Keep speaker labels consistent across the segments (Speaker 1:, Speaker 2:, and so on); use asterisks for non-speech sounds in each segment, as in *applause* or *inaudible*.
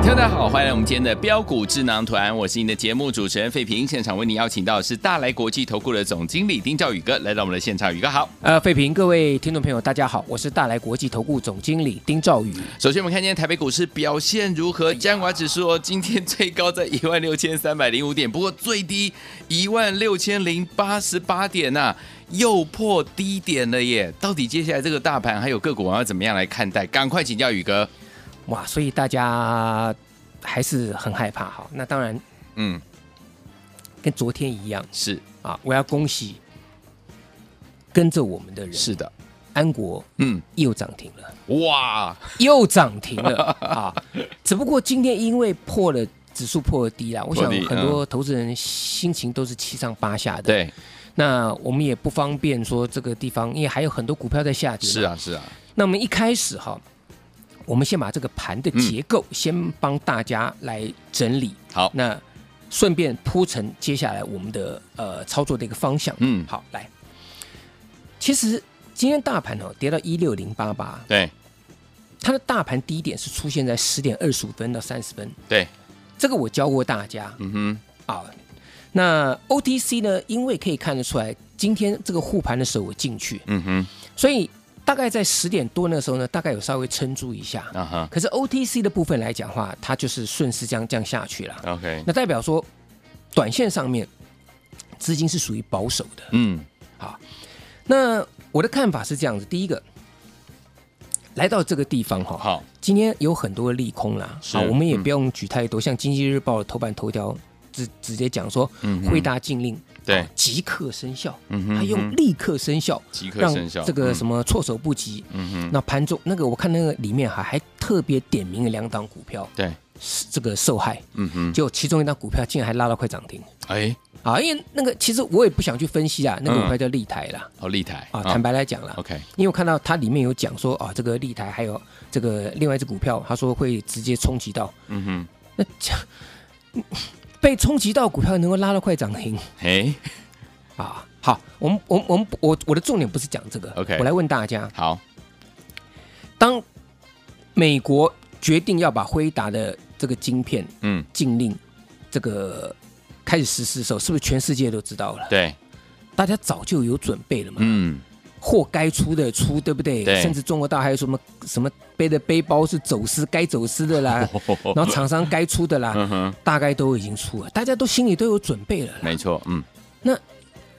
Speaker 1: 听众大家好，欢迎来我们今天的标股智囊团，我是你的节目主持人费平。现场为你邀请到的是大来国际投顾的总经理丁兆宇哥来到我们的现场，宇哥好。
Speaker 2: 呃，费平，各位听众朋友，大家好，我是大来国际投顾总经理丁兆宇。
Speaker 1: 首先我们看今天台北股市表现如何？加华指数哦，今天最高在一万六千三百零五点，不过最低一万六千零八十八点呐、又破低点了耶！到底接下来这个大盘还有个股我要怎么样来看待？赶快请教宇哥。
Speaker 2: 哇，所以大家还是很害怕哈。那当然
Speaker 1: 嗯，
Speaker 2: 跟昨天一样
Speaker 1: 是
Speaker 2: 啊，我要恭喜跟着我们的人，
Speaker 1: 是的，
Speaker 2: 安国
Speaker 1: 嗯，
Speaker 2: 又涨停了，
Speaker 1: 哇，
Speaker 2: 又涨停了啊！
Speaker 1: *laughs*
Speaker 2: 只不过今天因为破了指数破了低啦，我
Speaker 1: 破
Speaker 2: 想
Speaker 1: 低嗯
Speaker 2: 很多投资人心情都是七上八下的。，
Speaker 1: 对，
Speaker 2: 那我们也不方便说这个地方，因为还有很多股票在下跌。
Speaker 1: 是。啊，是啊，
Speaker 2: 那我们一开始哈，我们先把这个盘
Speaker 1: 嗯
Speaker 2: 的结构先帮大家来整理，
Speaker 1: 好，
Speaker 2: 那顺便铺陈接下来我们的呃操作的一个方向。
Speaker 1: 嗯
Speaker 2: 好，来，其实今天大盘哦跌到一六零八八，
Speaker 1: 对
Speaker 2: 它的大盘低点是出现在十点二十五分到三十分，
Speaker 1: 对，
Speaker 2: 这个我教过大家
Speaker 1: 嗯哼，
Speaker 2: 啊。那 OTC 呢，因为可以看得出来，今天这个护盘的时候我进去，
Speaker 1: 嗯哼，
Speaker 2: 所以大概在十点多那个时候呢，大概有稍微撑住一下。
Speaker 1: 啊哈
Speaker 2: 可是 OTC 的部分来讲的话，它就是顺势这样这样下去了。
Speaker 1: ，OK，
Speaker 2: 那代表说，短线上面资金是属于保守的。
Speaker 1: 嗯，
Speaker 2: 那我的看法是这样子：第一个，来到这个地方哈，
Speaker 1: 好，
Speaker 2: 今天有很多利空啦，
Speaker 1: 是
Speaker 2: 好，我们也
Speaker 1: 嗯
Speaker 2: 不用举太多，像《经济日报》的头版头条直直接讲说，
Speaker 1: 嗯哼
Speaker 2: 惠达禁令
Speaker 1: 对
Speaker 2: 啊即刻生效，
Speaker 1: 嗯哼
Speaker 2: 它用
Speaker 1: 嗯
Speaker 2: 立刻生效，
Speaker 1: 即刻
Speaker 2: 让
Speaker 1: 生效，
Speaker 2: 这个什么措手不及。
Speaker 1: 嗯，嗯哼，
Speaker 2: 那盘中那个我看那个里面还还特别点名了两档股票，
Speaker 1: 对，
Speaker 2: 是这个受害，
Speaker 1: 嗯哼，
Speaker 2: 就其中一档股票竟然还拉到快涨停
Speaker 1: 哎，
Speaker 2: 啊！因为那个其实我也不想去分析啊，那个股票叫立台啦。
Speaker 1: 哦，立台
Speaker 2: 啊，坦白来讲啦，
Speaker 1: ，OK，
Speaker 2: 因为我看到它里面有讲说啊，这个立台还有这个另外一只股票，他说会直接冲击到
Speaker 1: 嗯哼，
Speaker 2: 那这样嗯 *laughs* 被冲击到股票能够拉到快涨停
Speaker 1: 哎，
Speaker 2: 啊。好，我们我们我们我我的重点不是讲这个
Speaker 1: OK
Speaker 2: 我来问大家，
Speaker 1: 好，
Speaker 2: 当美国决定要把辉达的这个晶片
Speaker 1: 嗯，
Speaker 2: 禁令这个开始实施的时候，是不是全世界都知道了？
Speaker 1: 对，
Speaker 2: 大家早就有准备了嘛，
Speaker 1: 嗯，
Speaker 2: 货该出的出，对不对？
Speaker 1: 对
Speaker 2: 甚至中国大陆还有什么什么背的背包是走私，该走私的
Speaker 1: *laughs*
Speaker 2: 啦，然后厂商该出的啦，
Speaker 1: 哦嗯哼，
Speaker 2: 大概都已经出了，大家都心里都有准备了啦。
Speaker 1: 没错，嗯，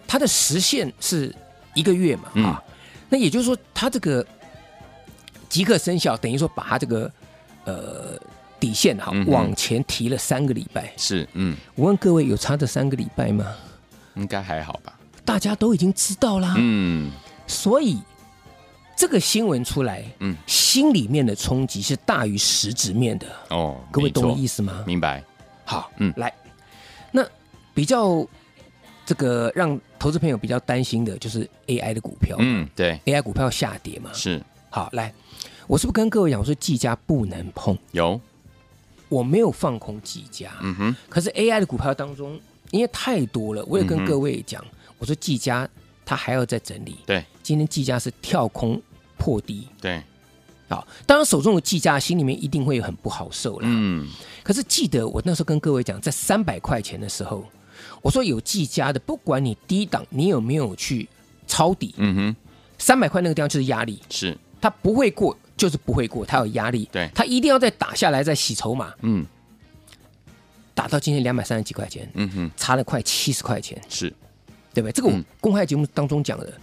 Speaker 2: 它的时限是一个月嘛，
Speaker 1: 嗯
Speaker 2: 啊，那也就是说，它这个即刻生效，等于说把它这个呃底线哈、
Speaker 1: 嗯哼
Speaker 2: 往前提了三个礼拜。
Speaker 1: 是，嗯，
Speaker 2: 我问各位，有差这三个礼拜吗？
Speaker 1: 应该还好吧，
Speaker 2: 大家都已经知道啦，
Speaker 1: 嗯，
Speaker 2: 所以这个新闻出来，
Speaker 1: 嗯
Speaker 2: 嗯，心里面的冲击是大于实质面的，
Speaker 1: 哦，
Speaker 2: 各位懂我意
Speaker 1: 思？
Speaker 2: 思吗？
Speaker 1: 明白，
Speaker 2: 好，
Speaker 1: 嗯
Speaker 2: 嗯，来，那比较这个让投资朋友比较担心的就是 AI 的股票，
Speaker 1: 嗯，对，
Speaker 2: AI 股票下跌嘛。
Speaker 1: 是
Speaker 2: 好，来，我是不是跟各位讲，我说技嘉不能碰，
Speaker 1: 有，
Speaker 2: 我没有放空技嘉，
Speaker 1: 嗯哼，
Speaker 2: 可是 AI 的股票当中，因为太多了，我也
Speaker 1: 嗯哼
Speaker 2: 跟各位讲，我说技嘉它还要再整理。
Speaker 1: 对，
Speaker 2: 今天技嘉是跳空破低，
Speaker 1: 对，
Speaker 2: 啊，当然手中有技嘉，心里面一定会很不好受了。
Speaker 1: 嗯，
Speaker 2: 可是记得我那时候跟各位讲，在三百块钱的时候，我说有技嘉的，不管你低档，你有没有去抄底，
Speaker 1: 嗯哼，
Speaker 2: 三百块那个地方就是压力，
Speaker 1: 是，
Speaker 2: 它不会过就是不会过，它有压力，
Speaker 1: 对
Speaker 2: 它一定要再打下来再洗筹码，
Speaker 1: 嗯，
Speaker 2: 打到今天两百三十几块钱，
Speaker 1: 嗯哼，
Speaker 2: 差了快七十块钱，
Speaker 1: 是，
Speaker 2: 对不对？这个我
Speaker 1: 嗯
Speaker 2: 公开节目当中讲的，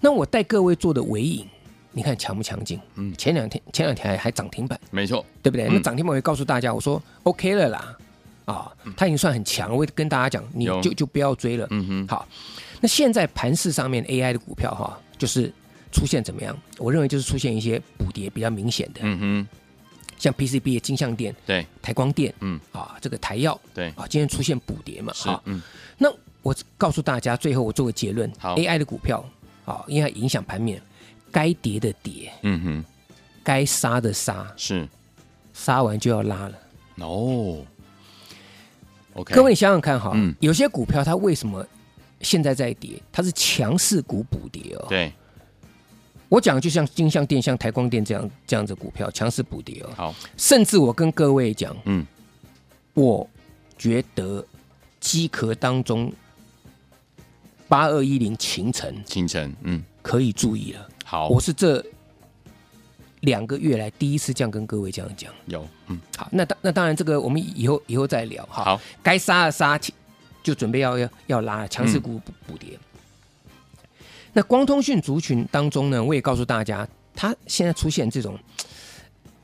Speaker 2: 那我带各位做的尾影，你看强不强劲？
Speaker 1: 嗯
Speaker 2: 前两天前两天还还涨停板，
Speaker 1: 没错，
Speaker 2: 对不对？
Speaker 1: 嗯
Speaker 2: 那涨停板我也告诉大家，我说 OK 了啦，啊，它已经算很强了。我也跟大家讲，你
Speaker 1: 有
Speaker 2: 就就不要追了。
Speaker 1: 嗯哼，
Speaker 2: 好，那现在盘市上面 AI 的股票哈，就是出现怎么样？我认为就是出现一些补跌比较明显的，
Speaker 1: 嗯哼，
Speaker 2: 像 PCB 的金像电、
Speaker 1: 对
Speaker 2: 台光电，
Speaker 1: 嗯
Speaker 2: 啊，这个台药，
Speaker 1: 对
Speaker 2: 啊，今天出现补跌嘛，
Speaker 1: 是
Speaker 2: 啊，
Speaker 1: 嗯
Speaker 2: 那我告诉大家，最后我做个结论
Speaker 1: 好
Speaker 2: ，AI 的股票啊，因为它影响盘面，该跌的跌，
Speaker 1: 嗯哼
Speaker 2: 该杀的杀，
Speaker 1: 是
Speaker 2: 杀完就要拉了。
Speaker 1: no。OK，
Speaker 2: 各位，你想想看哈，
Speaker 1: 嗯
Speaker 2: 有些股票它为什么现在在跌？它是强势股补跌哦。
Speaker 1: 对，
Speaker 2: 我讲就像金像电、像台光电这样这样子股票强势补跌哦。
Speaker 1: 好，
Speaker 2: 甚至我跟各位讲，
Speaker 1: 嗯，
Speaker 2: 我觉得机壳当中八二一零秦城
Speaker 1: 清晨，嗯，
Speaker 2: 可以注意了。
Speaker 1: 好，
Speaker 2: 我是这两个月来第一次这样跟各位这样讲。
Speaker 1: 有，嗯，
Speaker 2: 好，那当那当然这个我们以后以后再聊哈。
Speaker 1: 好，
Speaker 2: 该杀的杀，其就准备要要要拉了强势股补补跌。那光通讯族群当中呢，我也告诉大家，它现在出现这种。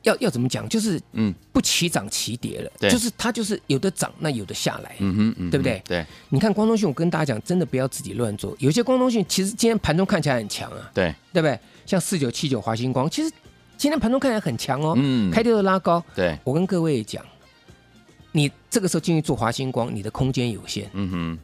Speaker 2: 要要怎么讲？就是
Speaker 1: 嗯
Speaker 2: 不齐涨齐跌了，
Speaker 1: 对
Speaker 2: 就是它就是有的涨，那有的下来。
Speaker 1: 嗯哼，嗯哼
Speaker 2: 对不对
Speaker 1: 对
Speaker 2: 你看光通讯，我跟大家讲，真的不要自己乱做。有些光通讯其实今天盘中看起来很强啊，
Speaker 1: 对，
Speaker 2: 对不对？像四九七九华星光，其实今天盘中看起来很强哦，
Speaker 1: 嗯，
Speaker 2: 开低又拉高。
Speaker 1: 对，
Speaker 2: 我跟各位讲，你这个时候进去做华星光，你的空间有限
Speaker 1: 嗯哼，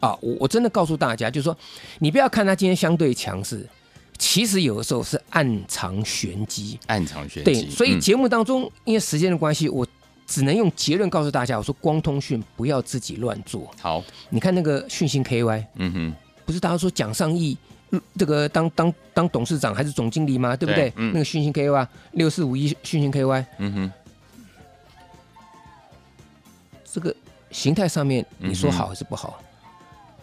Speaker 2: 啊。我我真的告诉大家，就是说，你不要看它今天相对强势，其实有的时候是暗藏玄机。
Speaker 1: 暗藏玄
Speaker 2: 对，
Speaker 1: 机，
Speaker 2: 所以
Speaker 1: 嗯
Speaker 2: 节目当中，因为时间的关系，我只能用结论告诉大家，我说光通讯不要自己乱做。
Speaker 1: 好，
Speaker 2: 你看那个讯星 KY，
Speaker 1: 嗯哼，
Speaker 2: 不是大家说蒋尚义。嗯这个当当当董事长还是总经理吗？对不对？
Speaker 1: 对嗯
Speaker 2: 那个讯星 KY 六四五一讯星 KY，
Speaker 1: 嗯哼，
Speaker 2: 这个形态上面，
Speaker 1: 嗯哼
Speaker 2: 你说好还是不好？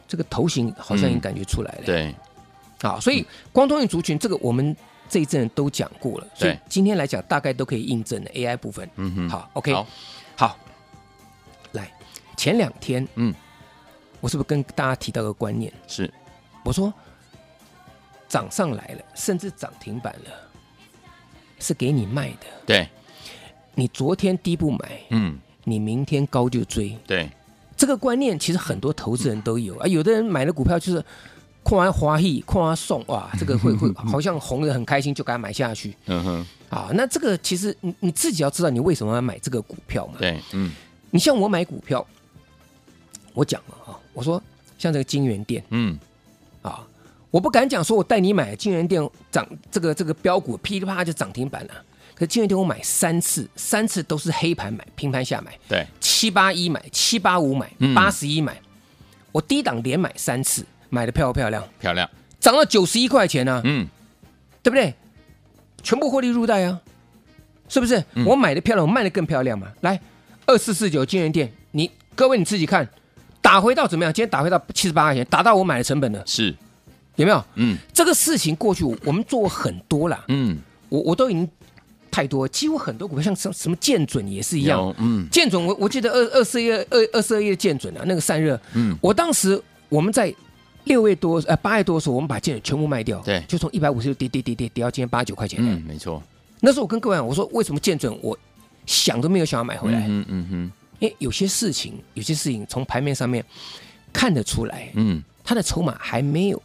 Speaker 2: 这个头型好像已
Speaker 1: 嗯
Speaker 2: 经感觉出来了。
Speaker 1: 对，
Speaker 2: 啊，所
Speaker 1: 嗯
Speaker 2: 以光通讯族群这个我们这一阵都讲过了，所以
Speaker 1: 对
Speaker 2: 今天来讲大概都可以印证了 AI 部分。
Speaker 1: 嗯哼，，
Speaker 2: 好，OK，
Speaker 1: 好
Speaker 2: 好来，前两天，
Speaker 1: 嗯，
Speaker 2: 我是不是跟大家提到个观念？
Speaker 1: 是，
Speaker 2: 我说涨上来了，甚至涨停板了，是给你卖的。
Speaker 1: 对，
Speaker 2: 你昨天低不买，
Speaker 1: 嗯，
Speaker 2: 你明天高就追。
Speaker 1: 对，
Speaker 2: 这个观念其实很多投资人都有啊，有的人买了股票就是看完华裔，看完送，哇，这个会会好像红的很开心，就给它买下去
Speaker 1: 嗯哼，
Speaker 2: 啊。那这个其实你你自己要知道你为什么要买这个股票嘛。
Speaker 1: 对，嗯
Speaker 2: 你像我买股票，我讲了啊，我说像这个金源店
Speaker 1: 嗯，
Speaker 2: 啊，我不敢讲说我带你买金源店涨这个这个标股噼里啪啦就涨停板了、可是金源店我买三次，三次都是黑盘买，平盘下买。
Speaker 1: 对，
Speaker 2: 七八一买，七八五买
Speaker 1: 嗯，
Speaker 2: 八十一买，我低档连买三次，买的漂不漂亮？
Speaker 1: 漂亮，
Speaker 2: 涨到九十一块钱呢、啊
Speaker 1: 嗯，
Speaker 2: 对不对？全部获利入袋啊，是不是？
Speaker 1: 嗯
Speaker 2: 我买的漂亮，我卖的更漂亮嘛。来，二四四九金源店，你各位你自己看，打回到怎么样？今天打回到七十八块钱，打到我买的成本了，
Speaker 1: 是，
Speaker 2: 有没有？
Speaker 1: 嗯
Speaker 2: 这个事情过去我我们做过很多啦，
Speaker 1: 嗯，
Speaker 2: 我我都已经太多，几乎很多股票像什什么建准也是一样，
Speaker 1: 有，嗯
Speaker 2: 建准，我我记得二二四一二二四二一的建准啊，那个散热，
Speaker 1: 嗯，
Speaker 2: 我当时我们在六月多呃八月多的时候，我们把建准全部卖掉，
Speaker 1: 对
Speaker 2: 就从一百五十六跌跌跌跌跌到今天八九块钱。
Speaker 1: 嗯，没错，
Speaker 2: 那时候我跟各位讲，我说为什么建准我想都没有想要买回来，
Speaker 1: 嗯哼嗯哼，
Speaker 2: 因为有些事情，有些事情从盘面上面看得出来，
Speaker 1: 嗯，
Speaker 2: 它的筹码还没有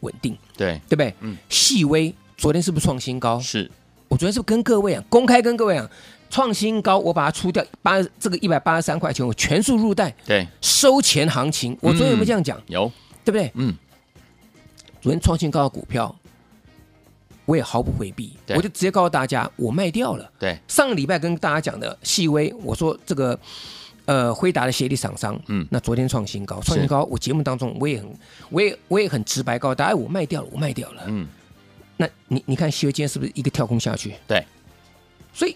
Speaker 2: 稳定，
Speaker 1: 对，
Speaker 2: 对不对？
Speaker 1: 嗯，
Speaker 2: 细微昨天是不是创新高？
Speaker 1: 是，
Speaker 2: 我昨天是不是跟各位啊，公开跟各位啊，创新高，我把它出掉八这个一百八十三块钱，我全数入袋
Speaker 1: 对，
Speaker 2: 收钱行
Speaker 1: 嗯
Speaker 2: 情。我昨天有没有这样讲？
Speaker 1: 有，
Speaker 2: 对不对？
Speaker 1: 嗯，
Speaker 2: 昨天创新高的股票，我也毫不回避，
Speaker 1: 对
Speaker 2: 我就直接告诉大家，我卖掉了。
Speaker 1: 对，
Speaker 2: 上个礼拜跟大家讲的细微，我说这个呃辉达的协力厂商，
Speaker 1: 嗯
Speaker 2: 那昨天创新高，创新高，我节目当中我也很我也我也很直白告诉大家，哎，我卖掉了，我卖掉了。
Speaker 1: 嗯，
Speaker 2: 那你你看西微今天是不是一个跳空下去？
Speaker 1: 对，
Speaker 2: 所以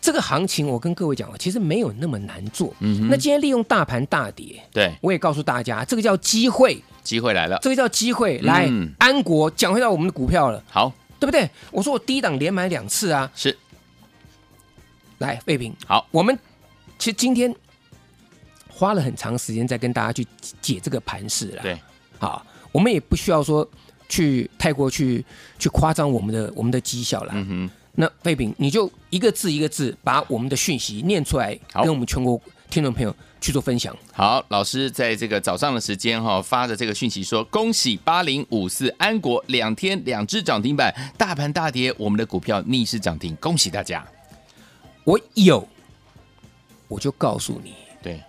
Speaker 2: 这个行情我跟各位讲，啊其实没有那么难做。
Speaker 1: 嗯哼
Speaker 2: 那今天利用大盘大跌，
Speaker 1: 对，
Speaker 2: 我也告诉大家，这个叫机会，
Speaker 1: 机会来了，
Speaker 2: 这个叫机会。来，
Speaker 1: 嗯
Speaker 2: 安国讲回到我们的股票了，
Speaker 1: 好，
Speaker 2: 对不对？我说我低档连买两次啊。
Speaker 1: 是，
Speaker 2: 来，废品，
Speaker 1: 好，
Speaker 2: 我们其实今天花了很长时间在跟大家去解这个盘势了。
Speaker 1: 对，
Speaker 2: 好，我们也不需要说去太过去去夸张我们的我们的绩效啦。
Speaker 1: 嗯哼，
Speaker 2: 那废品，你就一个字一个字把我们的讯息念出来，
Speaker 1: 好
Speaker 2: 跟我们全国听众朋友去做分享。
Speaker 1: 好，老师在这个早上的时间哈、发的这个讯息说，恭喜八零五四安国两天两只涨停板，大盘大跌，我们的股票逆势涨停，恭喜大家。
Speaker 2: 我有，我就告诉你，
Speaker 1: 对，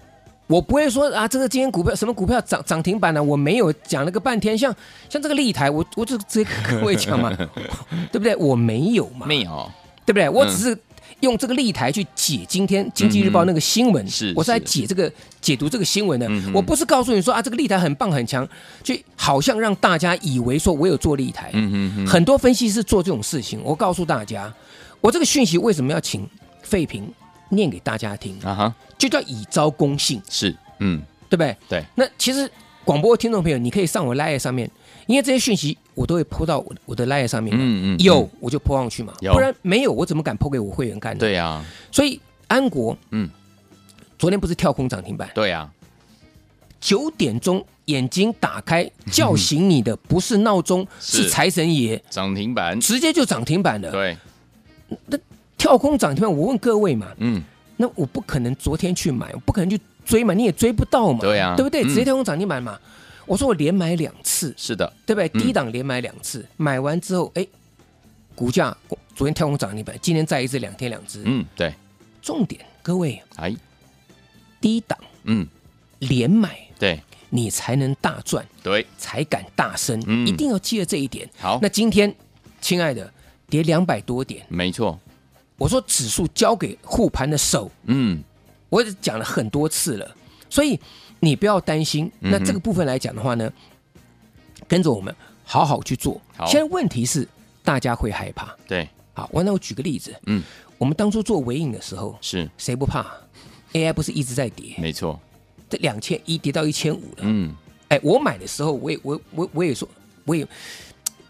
Speaker 2: 我不会说啊，这个今天股票什么股票涨涨停板呢、我没有讲了个半天，像像这个立台，我我就直接跟各位
Speaker 1: *laughs*
Speaker 2: 讲嘛，对不对？我没有嘛，
Speaker 1: 没有，嗯
Speaker 2: 对不对？我只是用这个立台去解今天《经济日报》那个新闻，
Speaker 1: 嗯是
Speaker 2: 我是在
Speaker 1: 是
Speaker 2: 解这个解读这个新闻的。
Speaker 1: 嗯哼
Speaker 2: 我不是告诉你说啊，这个立台很棒很强，就好像让大家以为说我有做立台。
Speaker 1: 嗯哼哼，
Speaker 2: 很多分析师做这种事情。我告诉大家，我这个讯息为什么要请费平念给大家听，
Speaker 1: 啊哈，
Speaker 2: 就叫以招公信，
Speaker 1: 是，嗯，
Speaker 2: 对不对？
Speaker 1: 对，
Speaker 2: 那其实广播听众朋友，你可以上我 Line 上面，因为这些讯息我都会抛到我的我的 Line 上面。
Speaker 1: 嗯嗯，
Speaker 2: 有我就抛上去嘛，
Speaker 1: 有
Speaker 2: 不然没有我怎么敢抛给我会员看呢？
Speaker 1: 对啊呀，
Speaker 2: 所以安国，
Speaker 1: 嗯
Speaker 2: 嗯，昨天不是跳空涨停板，
Speaker 1: 对啊呀，
Speaker 2: 九点钟眼睛打开叫醒你的不是闹钟，
Speaker 1: 嗯是
Speaker 2: 是财神爷，
Speaker 1: 涨停板，
Speaker 2: 直接就涨停板了。
Speaker 1: 对，
Speaker 2: 跳空涨停板，我问各位嘛，
Speaker 1: 嗯，
Speaker 2: 那我不可能昨天去买，我不可能去追嘛，你也追不到嘛，
Speaker 1: 对啊
Speaker 2: 对不对？
Speaker 1: 嗯
Speaker 2: 直接跳空涨停板嘛，我说我连买两次，
Speaker 1: 是的，
Speaker 2: 对不对？
Speaker 1: 嗯
Speaker 2: 低档连买两次，买完之后，哎，股价昨天跳空涨停板，今天再一次两天两只，
Speaker 1: 嗯，对，
Speaker 2: 重点各位
Speaker 1: 哎，
Speaker 2: 低档
Speaker 1: 嗯，
Speaker 2: 连买，
Speaker 1: 对
Speaker 2: 你才能大赚，
Speaker 1: 对，
Speaker 2: 才敢大升，
Speaker 1: 嗯哦
Speaker 2: 一定要记得这一点。
Speaker 1: 好
Speaker 2: 那，今天，亲爱的，跌两百多点，
Speaker 1: 没错，
Speaker 2: 我说指数交给护盘的手。
Speaker 1: 嗯，
Speaker 2: 我也讲了很多次了，所以你不要担心。
Speaker 1: 嗯哼
Speaker 2: 那这个部分来讲的话呢，跟着我们好好去做
Speaker 1: 好。
Speaker 2: 现在问题是大家会害怕。
Speaker 1: 对，
Speaker 2: 好，我那我举个例子，
Speaker 1: 嗯，
Speaker 2: 我们当初做尾影的时候，
Speaker 1: 是，
Speaker 2: 谁不怕？AI 不是一直在跌，
Speaker 1: 没错，
Speaker 2: 这两千一跌到一千五了。
Speaker 1: 嗯，
Speaker 2: 哎，我买的时候，我也我我我也说，我也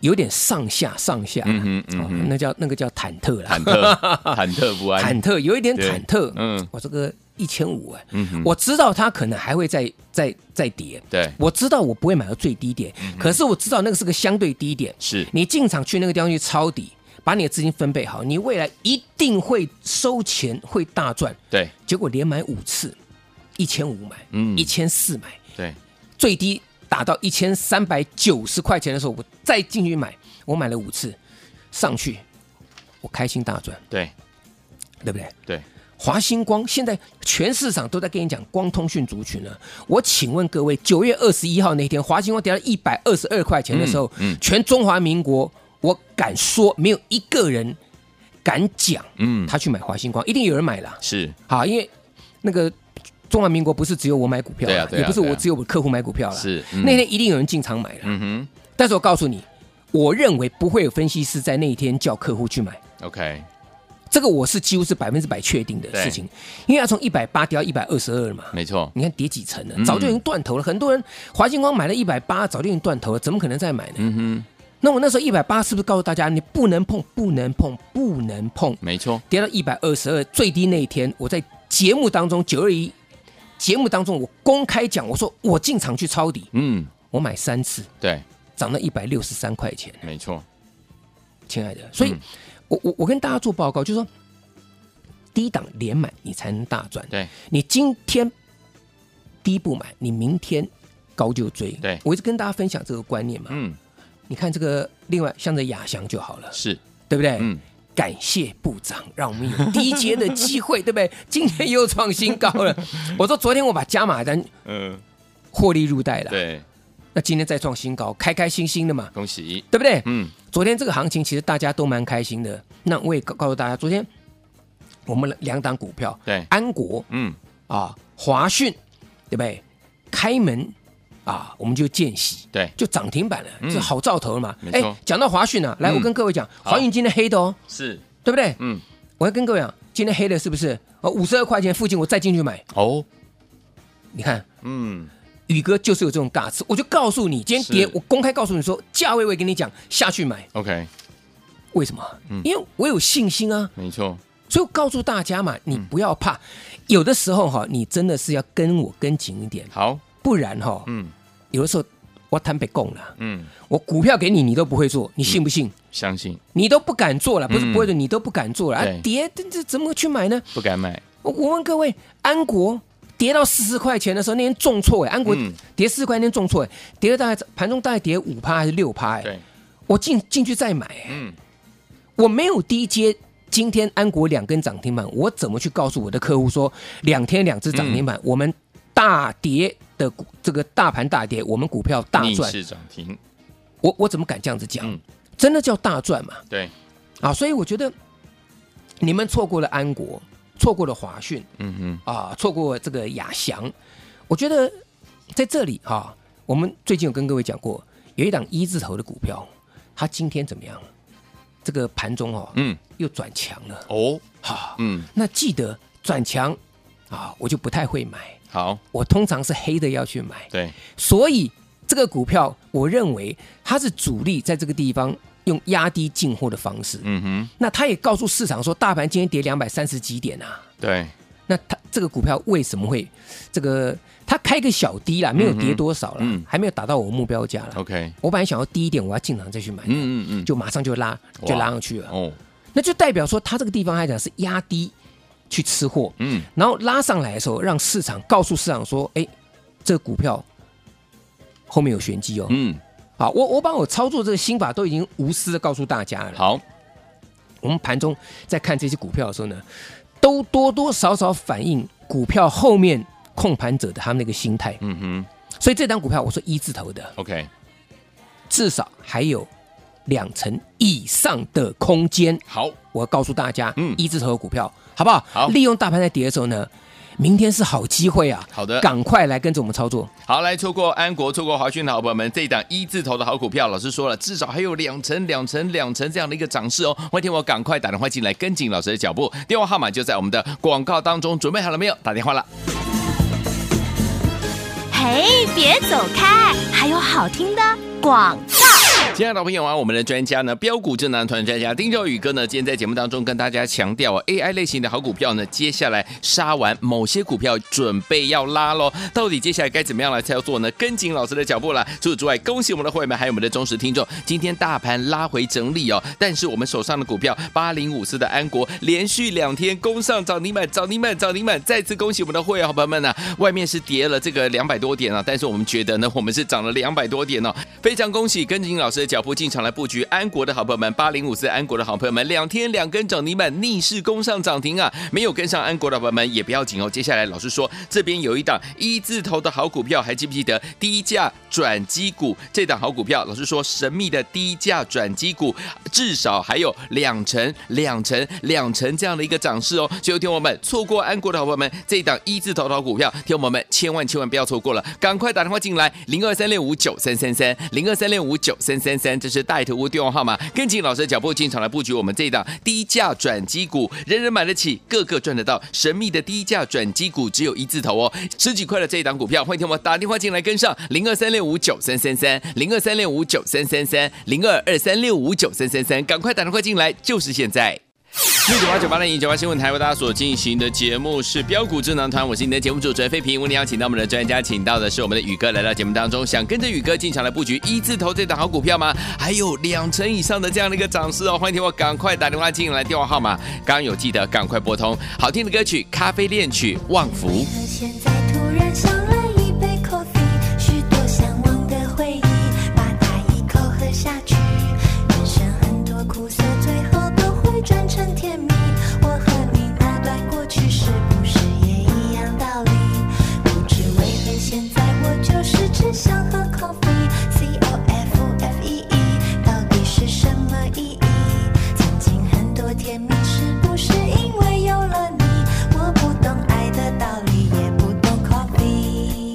Speaker 2: 有点上下上下，
Speaker 1: 嗯哼嗯
Speaker 2: 哦
Speaker 1: 哼，
Speaker 2: 那叫那个叫忐忑啦，
Speaker 1: 忐忑，忐忑不安，
Speaker 2: 忐忑有一点
Speaker 1: 对
Speaker 2: 忐忑。
Speaker 1: 嗯
Speaker 2: 我这个一千五哎，
Speaker 1: 嗯哼，
Speaker 2: 我知道它可能还会再再再跌，
Speaker 1: 对，
Speaker 2: 我知道我不会买到最低点，可是我知道那个是个相对低点。
Speaker 1: 嗯是，
Speaker 2: 你进场去那个地方去抄底，把你的资金分配好，你未来一定会收钱，会大赚。
Speaker 1: 对
Speaker 2: 结果连买五次，一千五买，
Speaker 1: 嗯
Speaker 2: 一千四买，
Speaker 1: 对，
Speaker 2: 最低打到一千三百九十块钱的时候，我再进去买，我买了五次，上去，我开心大赚，
Speaker 1: 对
Speaker 2: 对不对？
Speaker 1: 对，
Speaker 2: 华星光现在全市场都在跟你讲光通讯族群了。我请问各位，九月二十一号那天，华星光跌到一百二十二块钱的时候，
Speaker 1: 嗯嗯
Speaker 2: 全中华民国，我敢说没有一个人敢讲
Speaker 1: 嗯，
Speaker 2: 他去买华星光，一定有人买了。
Speaker 1: 是，
Speaker 2: 好，因为那个中华民国不是只有我买股票啦
Speaker 1: 对啊对啊
Speaker 2: 也不是
Speaker 1: 对
Speaker 2: 我
Speaker 1: 啊
Speaker 2: 只有我客户买股票了。
Speaker 1: 是嗯
Speaker 2: 那天一定有人进场买了。
Speaker 1: 嗯
Speaker 2: 但是我告诉你，我认为不会有分析师在那一天叫客户去买。
Speaker 1: 哼，OK，
Speaker 2: 这个我是几乎是百分之百确定的事情，因为它从一百八跌到一百二十二了嘛。
Speaker 1: 没错，
Speaker 2: 你看跌几层了
Speaker 1: 嗯，
Speaker 2: 早就已经断头了。很多人华星光买了一百八，早就已经断头了，怎么可能再买呢？
Speaker 1: 嗯哼，
Speaker 2: 那我那时候一百八是不是告诉大家，你不能碰，不能碰，不能碰？
Speaker 1: 没错，
Speaker 2: 跌到一百二十二最低那一天，我在节目当中九二一节目当中，我公开讲，我说我进场去抄底，
Speaker 1: 嗯，
Speaker 2: 我买三次，
Speaker 1: 对，
Speaker 2: 涨到一百六十三块钱。
Speaker 1: 没错，
Speaker 2: 亲爱的。所以
Speaker 1: 嗯，
Speaker 2: 我我我跟大家做报告，就是说，低档连买你才能大赚。
Speaker 1: 对，
Speaker 2: 你今天低不买，你明天高就追。
Speaker 1: 对
Speaker 2: 我一直跟大家分享这个观念嘛。
Speaker 1: 嗯，
Speaker 2: 你看这个，另外像这亚翔就好了，
Speaker 1: 是，
Speaker 2: 对不对？
Speaker 1: 嗯，
Speaker 2: 感谢部长，让我们有低阶的机会，对
Speaker 1: *laughs*
Speaker 2: 不对？今天又创新高了。我说昨天我把加码单
Speaker 1: 嗯，
Speaker 2: 获利入袋了，
Speaker 1: 对，
Speaker 2: 那今天再创新高，开开心心的嘛，
Speaker 1: 恭喜，
Speaker 2: 对不对？
Speaker 1: 嗯，
Speaker 2: 昨天这个行情其实大家都蛮开心的。那我也告告诉大家，昨天我们两档股票，
Speaker 1: 对
Speaker 2: 安国
Speaker 1: 嗯，
Speaker 2: 啊、华讯，对不对？开门啊，我们就见喜，
Speaker 1: 对，
Speaker 2: 就涨停板了，
Speaker 1: 嗯
Speaker 2: 这好兆头了嘛
Speaker 1: 没。
Speaker 2: 哎
Speaker 1: 错，
Speaker 2: 讲到华讯呢、啊，来，
Speaker 1: 嗯
Speaker 2: 我跟各位讲，
Speaker 1: 好
Speaker 2: 华讯今天黑的哦，
Speaker 1: 是，
Speaker 2: 对不对？
Speaker 1: 嗯，
Speaker 2: 我要跟各位讲，今天黑的是不是？哦，五十二块钱附近，我再进去买。
Speaker 1: 哦，
Speaker 2: 你看，
Speaker 1: 嗯，
Speaker 2: 宇哥就是有这种尬词，我就告诉你，今天跌
Speaker 1: 是，
Speaker 2: 我公开告诉你说，价位我也跟你讲下去买，
Speaker 1: ，OK，
Speaker 2: 为什么？
Speaker 1: 嗯
Speaker 2: 因为我有信心啊。
Speaker 1: 没错，
Speaker 2: 所以我告诉大家嘛，
Speaker 1: 嗯
Speaker 2: 你不要怕，有的时候哈、你真的是要跟我跟紧一点，
Speaker 1: 好，
Speaker 2: 不然哈、
Speaker 1: 嗯
Speaker 2: 有的时候我坦白供了，
Speaker 1: 嗯，
Speaker 2: 我股票给你，你都不会做，你信不信？
Speaker 1: 相信
Speaker 2: 你都不敢做了，不
Speaker 1: 嗯
Speaker 2: 是不会做，你都不敢做了，啊
Speaker 1: 对
Speaker 2: 跌这这怎么去买呢？
Speaker 1: 不敢买，
Speaker 2: 我我问各位，安国跌到四十块钱的时候，那天重挫哎，安国
Speaker 1: 嗯
Speaker 2: 跌四十块那天重挫哎，跌了大概盘中大概跌五趴还是六趴哎，
Speaker 1: 对，
Speaker 2: 我进进去再买哎，
Speaker 1: 嗯，
Speaker 2: 我没有低接。今天安国两根涨停板，我怎么去告诉我的客户说两天两只涨停
Speaker 1: 嗯
Speaker 2: 板，我们大跌的股这个大盘大跌，我们股票大
Speaker 1: 逆
Speaker 2: 赚？
Speaker 1: 势涨停，
Speaker 2: 我我怎么敢这样子讲？
Speaker 1: 嗯
Speaker 2: 真的叫大赚嘛？
Speaker 1: 对，
Speaker 2: 啊，所以我觉得你们错过了安国，错过了华讯
Speaker 1: 嗯哼，
Speaker 2: 啊，错过这个亚翔。我觉得在这里哈、啊，我们最近有跟各位讲过，有一档一字头的股票，它今天怎么样？这个盘中哦，
Speaker 1: 嗯，
Speaker 2: 又转强了。
Speaker 1: 哦，
Speaker 2: 哈、
Speaker 1: 嗯，
Speaker 2: 那记得转强啊，我就不太会买，
Speaker 1: 好，
Speaker 2: 我通常是黑的要去买。
Speaker 1: 对，
Speaker 2: 所以这个股票，我认为它是主力在这个地方用压低进货的方式。
Speaker 1: 嗯哼，
Speaker 2: 那他也告诉市场说，大盘今天跌两百三十几点啊。
Speaker 1: 对，
Speaker 2: 那他这个股票为什么会这个？它开个小低啦，没有跌多少啦，
Speaker 1: 嗯
Speaker 2: 还没有达到我目标价啦。
Speaker 1: ，OK，
Speaker 2: 我本来想要低一点，我要进场再去买，
Speaker 1: 嗯嗯嗯，
Speaker 2: 就马上就拉
Speaker 1: 哇
Speaker 2: 就拉上去了。
Speaker 1: 哦，
Speaker 2: 那就代表说，它这个地方来讲是压低去吃货，
Speaker 1: 嗯，
Speaker 2: 然后拉上来的时候，让市场告诉市场说，哎，这个股票后面有玄机哦。
Speaker 1: 嗯，
Speaker 2: 好，我我把我操作这个心法都已经无私的告诉大家了。
Speaker 1: 好，
Speaker 2: 我们盘中在看这些股票的时候呢，都多多少少反映股票后面控盘者的他们那个心态。
Speaker 1: 嗯哼
Speaker 2: 所以这档股票，我说一字头的，
Speaker 1: ，OK，
Speaker 2: 至少还有两成以上的空间。
Speaker 1: 好，
Speaker 2: 我告诉大家，
Speaker 1: 嗯
Speaker 2: 一字头的股票好不好？
Speaker 1: 好
Speaker 2: 利用大盘在跌的时候呢，明天是好机会啊！
Speaker 1: 好的
Speaker 2: 赶快来跟着我们操作。
Speaker 1: 好，来错过安国、错过华讯的好朋友们，这一档一字头的好股票，老师说了，至少还有两成、两成、两成这样的一个涨势哦。欢迎我赶快打电话进来跟紧老师的脚步，电话号码就在我们的广告当中，准备好了没有？打电话了。
Speaker 3: 嘿，别走开，还有好听的广告。
Speaker 1: 亲爱的朋友啊，我们的专家呢，标股智囊团专家丁兆宇哥呢，今天在节目当中跟大家强调啊，AI 类型的好股票呢，接下来杀完某些股票，准备要拉喽。到底接下来该怎么样来操作呢？跟紧老师的脚步啦。除此之外，恭喜我们的会员们，还有我们的忠实听众。今天大盘拉回整理哦，但是我们手上的股票八零五四的安国，连续两天攻上涨停板，涨停板，涨停板，再次恭喜我们的会员好朋友们呢、外面是跌了这个两百多点啊，但是我们觉得呢，我们是涨了两百多点哦，非常恭喜跟紧老师的脚步进场来布局安国的好朋友们，八零五四安国的好朋友们，两天两根涨停板逆势攻上涨停啊！没有跟上安国的好朋友们也不要紧哦，接下来老师说这边有一档一字头的好股票，还记不记得低价转机股这档好股票？老师说神秘的低价转机股至少还有两成、两成、两成这样的一个涨势哦。所以，听我们错过安国的好朋友们，这一档一字头的好股票，听我们千万千万不要错过了，赶快打电话进来，零二三六五九三三三，零二三六五九三三三，这是带头屋电话号码，跟紧老师的脚步进场来布局我们这一档低价转机股，人人买得起，个个赚得到，神秘的低价转机股只有一字头哦，十几块的这一档股票，欢迎听我们打电话进来跟上，零二三六五九三三三，零二三六五九三三三，零二二三六五九三三三，赶快打电话进来，就是现在。六九八九八零一九八新闻台为大家所进行的节目是标股智囊团，我是你的节目主持人费平。为您邀请到我们的专家，请到的是我们的宇哥来到节目当中，想跟着宇哥进场来布局一字头这档好股票吗？还有两成以上的这样的一个涨势哦，欢迎听我赶快打电话进来，电话号码刚刚有记得，赶快拨通。好听的歌曲《咖啡恋曲》《旺福》。
Speaker 4: 为何现在突然想来一杯 coffee？许多向往的回忆，把它一口喝下去。人生很多苦涩，最后都会转成甜蜜。我和你那段过去，是不是也一样道理？不知为何现在我就是只想喝 coffee，C O F F E E，到底是什么意义？曾经很多甜蜜，是不是因为有了你？我不懂爱的道理，也不懂 coffee。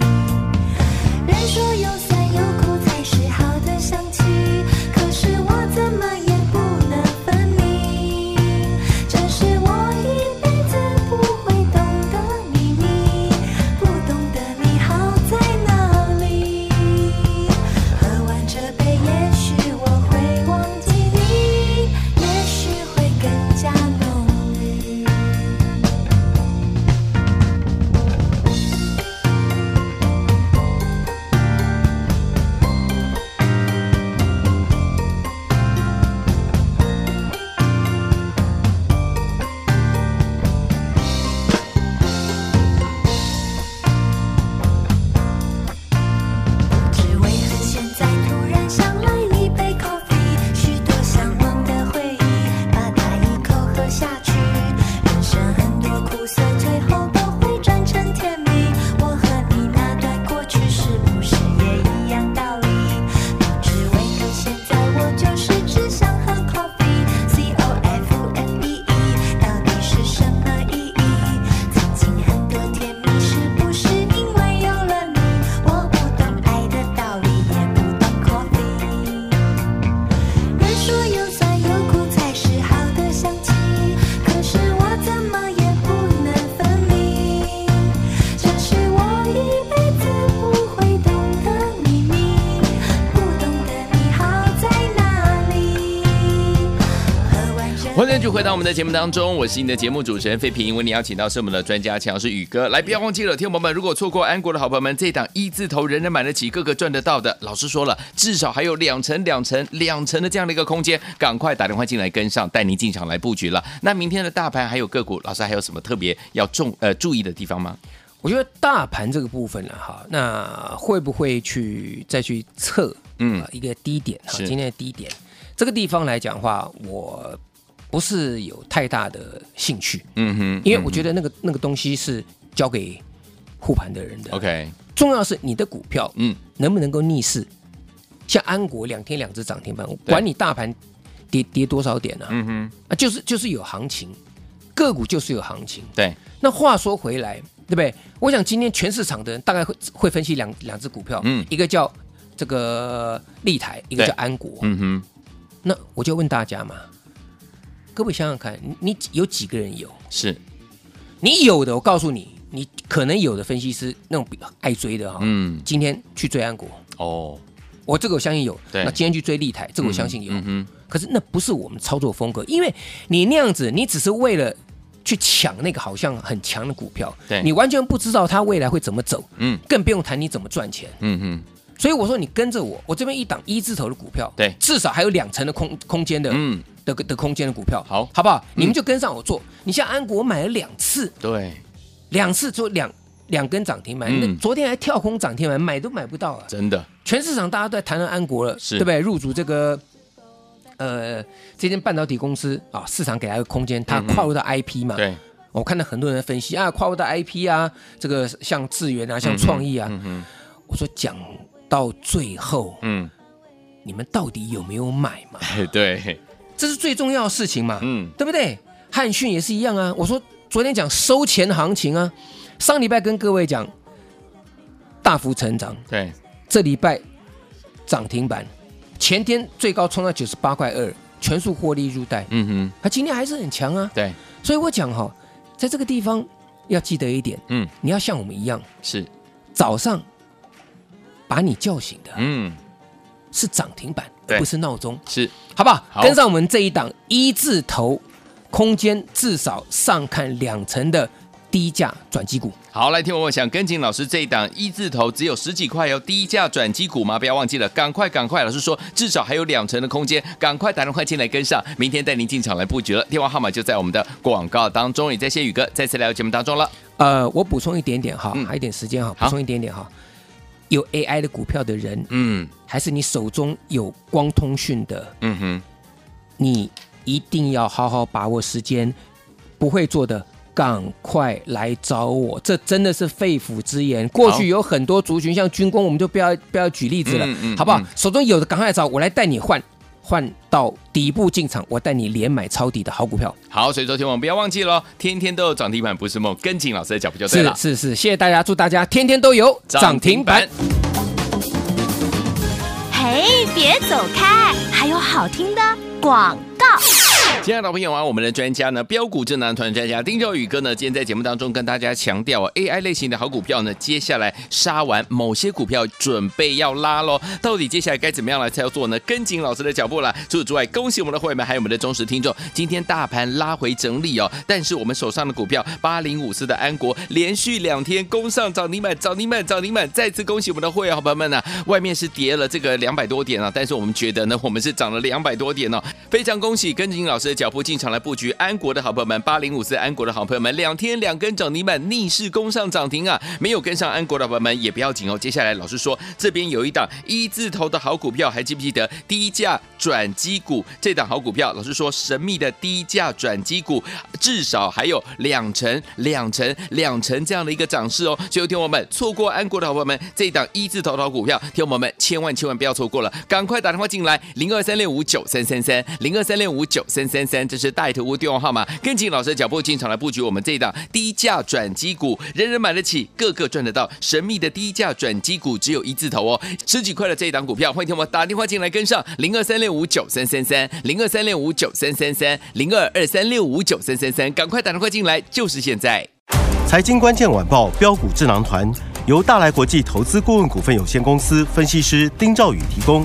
Speaker 4: E
Speaker 1: 欢迎继续回到我们的节目当中，我是你的节目主持人费平。为你邀请到是我们的专家强势宇哥来，不要忘记了，听众朋友们，如果错过安国的好朋友们，这档一字头人人买得起，个个赚得到的，老师说了，至少还有两成、两成、两成的这样的一个空间，赶快打电话进来跟上，带您进场来布局了。那明天的大盘还有个股，老师还有什么特别要重呃注意的地方吗？
Speaker 2: 我觉得大盘这个部分了哈，那会不会去再去测
Speaker 1: 嗯
Speaker 2: 呃一个低点哈？
Speaker 1: 是
Speaker 2: 今天的低点这个地方来讲的话，我不是有太大的兴趣，
Speaker 1: 嗯哼
Speaker 2: 因为我觉
Speaker 1: 得、
Speaker 2: 得那个那个东西是交给护盘的人的。
Speaker 1: OK，
Speaker 2: 重要是你的股票
Speaker 1: 嗯，
Speaker 2: 能不能够逆势，像安国两天两只涨停板，我管你大盘跌跌多少点啊，
Speaker 1: 嗯哼，
Speaker 2: 啊，就是就是有行情，个股就是有行情。
Speaker 1: 对，
Speaker 2: 那话说回来，对不对？我想今天全市场的人大概会会分析两两只股票，
Speaker 1: 嗯
Speaker 2: 一个叫这个立台，一个
Speaker 1: 对
Speaker 2: 叫安国。
Speaker 1: 嗯哼，
Speaker 2: 那我就问大家嘛，各位想想看，你你有几个人有？
Speaker 1: 是，
Speaker 2: 你有的，我告诉你，你可能有的分析师那种比爱追的哈、
Speaker 1: 嗯，
Speaker 2: 今天去追安国，
Speaker 1: 哦，
Speaker 2: 我这个我相信有。
Speaker 1: 对
Speaker 2: 那今天去追立台，这个我相信有。
Speaker 1: 嗯哼，
Speaker 2: 可是那不是我们操作风格，因为你那样子，你只是为了去抢那个好像很强的股票，
Speaker 1: 对
Speaker 2: 你完全不知道它未来会怎么走，
Speaker 1: 嗯
Speaker 2: 更不用谈你怎么赚钱。
Speaker 1: 嗯哼，
Speaker 2: 所以我说你跟着我，我这边一档一字头的股票，
Speaker 1: 对
Speaker 2: 至少还有两成的空空间的，
Speaker 1: 嗯，
Speaker 2: 的的空间的股票，
Speaker 1: 好
Speaker 2: 好不好？
Speaker 1: 嗯
Speaker 2: 你们就跟上我做。你像安国，我买了两次，
Speaker 1: 对，
Speaker 2: 两次做两两根涨停板，
Speaker 1: 嗯
Speaker 2: 那昨天还跳空涨停板，买都买不到啊。
Speaker 1: 真的，
Speaker 2: 全市场大家都在谈论安国了，
Speaker 1: 是
Speaker 2: 对不对？入主这个呃这间半导体公司啊，市场给它一个空间，它
Speaker 1: 嗯嗯
Speaker 2: 跨入到 IP 嘛。
Speaker 1: 对，
Speaker 2: 我看到很多人分析啊，跨入到 IP 啊，这个像智源啊，像创意啊。
Speaker 1: 嗯哼，
Speaker 2: 我说讲到最后，
Speaker 1: 嗯，
Speaker 2: 你们到底有没有买嘛？
Speaker 1: 哎 *laughs* 对，
Speaker 2: 这是最重要的事情嘛，
Speaker 1: 嗯，
Speaker 2: 对不对？汉讯也是一样啊。我说昨天讲收钱行情啊，上礼拜跟各位讲大幅成长，
Speaker 1: 对，
Speaker 2: 这礼拜涨停板，前天最高冲到九十八块二，全数获利入袋，
Speaker 1: 嗯哼，
Speaker 2: 它今天还是很强啊。
Speaker 1: 对，
Speaker 2: 所以我讲哈、在这个地方要记得一点，
Speaker 1: 嗯，
Speaker 2: 你要像我们一样，
Speaker 1: 是，
Speaker 2: 早上把你叫醒的
Speaker 1: 嗯，
Speaker 2: 是涨停板，
Speaker 1: 对
Speaker 2: 而不是闹钟，
Speaker 1: 是，
Speaker 2: 好不好？
Speaker 1: 好
Speaker 2: 跟上我们这一档一字头，空间至少上看两成的低价转机股。
Speaker 1: 好，来听我想跟紧老师这一档一字头只有十几块哦，低价转机股吗？不要忘记了，赶快赶快！老师说至少还有两成的空间，赶快打电话进来跟上，明天带您进场来布局了。电话号码就在我们的广告当中，也在谢宇哥再次来到节目当中了。
Speaker 2: 呃，我补充一点点哈，
Speaker 1: 嗯
Speaker 2: 还有一点时间哈，
Speaker 1: 好
Speaker 2: 补充一点点哈。有 AI 的股票的人，
Speaker 1: 嗯
Speaker 2: 还是你手中有光通讯的，
Speaker 1: 嗯哼，
Speaker 2: 你一定要好好把握时间。不会做的，赶快来找我。这真的是肺腑之言。过去有很多族群，像军工，我们就不要不要举例子了，
Speaker 1: 嗯嗯
Speaker 2: 好不好？
Speaker 1: 嗯
Speaker 2: 手中有的赶快来找我，来带你换。换到底部进场，我带你连买抄底的好股票。
Speaker 1: 好，所以昨天我们不要忘记了，天天都有涨停板不是梦，跟紧老师的脚步就对
Speaker 2: 是
Speaker 1: 了。
Speaker 2: 是是，谢谢大家，祝大家天天都有涨停板。
Speaker 3: 嘿，别走开，还有好听的广告。
Speaker 1: 亲爱的朋友啊，我们的专家呢，标股智囊团专家丁兆宇哥呢，今天在节目当中跟大家强调啊，AI 类型的好股票呢，接下来杀完某些股票，准备要拉喽。到底接下来该怎么样来操作呢？跟紧老师的脚步啦。除此之外，恭喜我们的会员们，还有我们的忠实听众。今天大盘拉回整理哦，但是我们手上的股票八零五四的安国，连续两天攻上涨停板，涨停板，涨停板，再次恭喜我们的会员好朋友们呢、外面是跌了这个两百多点啊，但是我们觉得呢，我们是涨了两百多点哦，非常恭喜跟紧老师的脚步进场来布局安国的好朋友们，八零五四安国的好朋友们，两天两根涨停板逆势攻上涨停啊！没有跟上安国的好朋友们也不要紧哦。接下来老师说，这边有一档一字头的好股票，还记不记得低价转机股这档好股票？老师说神秘的低价转机股，至少还有两成、两成、两成这样的一个涨势哦。所以，听我们错过安国的好朋友们，这一档一字头的好股票，听我们千万千万不要错过了，赶快打电话进来，零二三六五九三三三，零二三六五九三三三，这是带头屋电话号码，跟紧老师的脚步进场来布局我们这一档低价转机股，人人买得起，个个赚得到，神秘的低价转机股只有一字头哦，十几块的这一档股票，欢迎听我们打电话进来跟上，零二三六五九三三三，零二三六五九三三三，零二二三六五九三三三，赶快打电话进来，就是现在。
Speaker 5: 财经关键晚报标股智囊团由大来国际投资顾问股份有限公司分析师丁兆宇提供。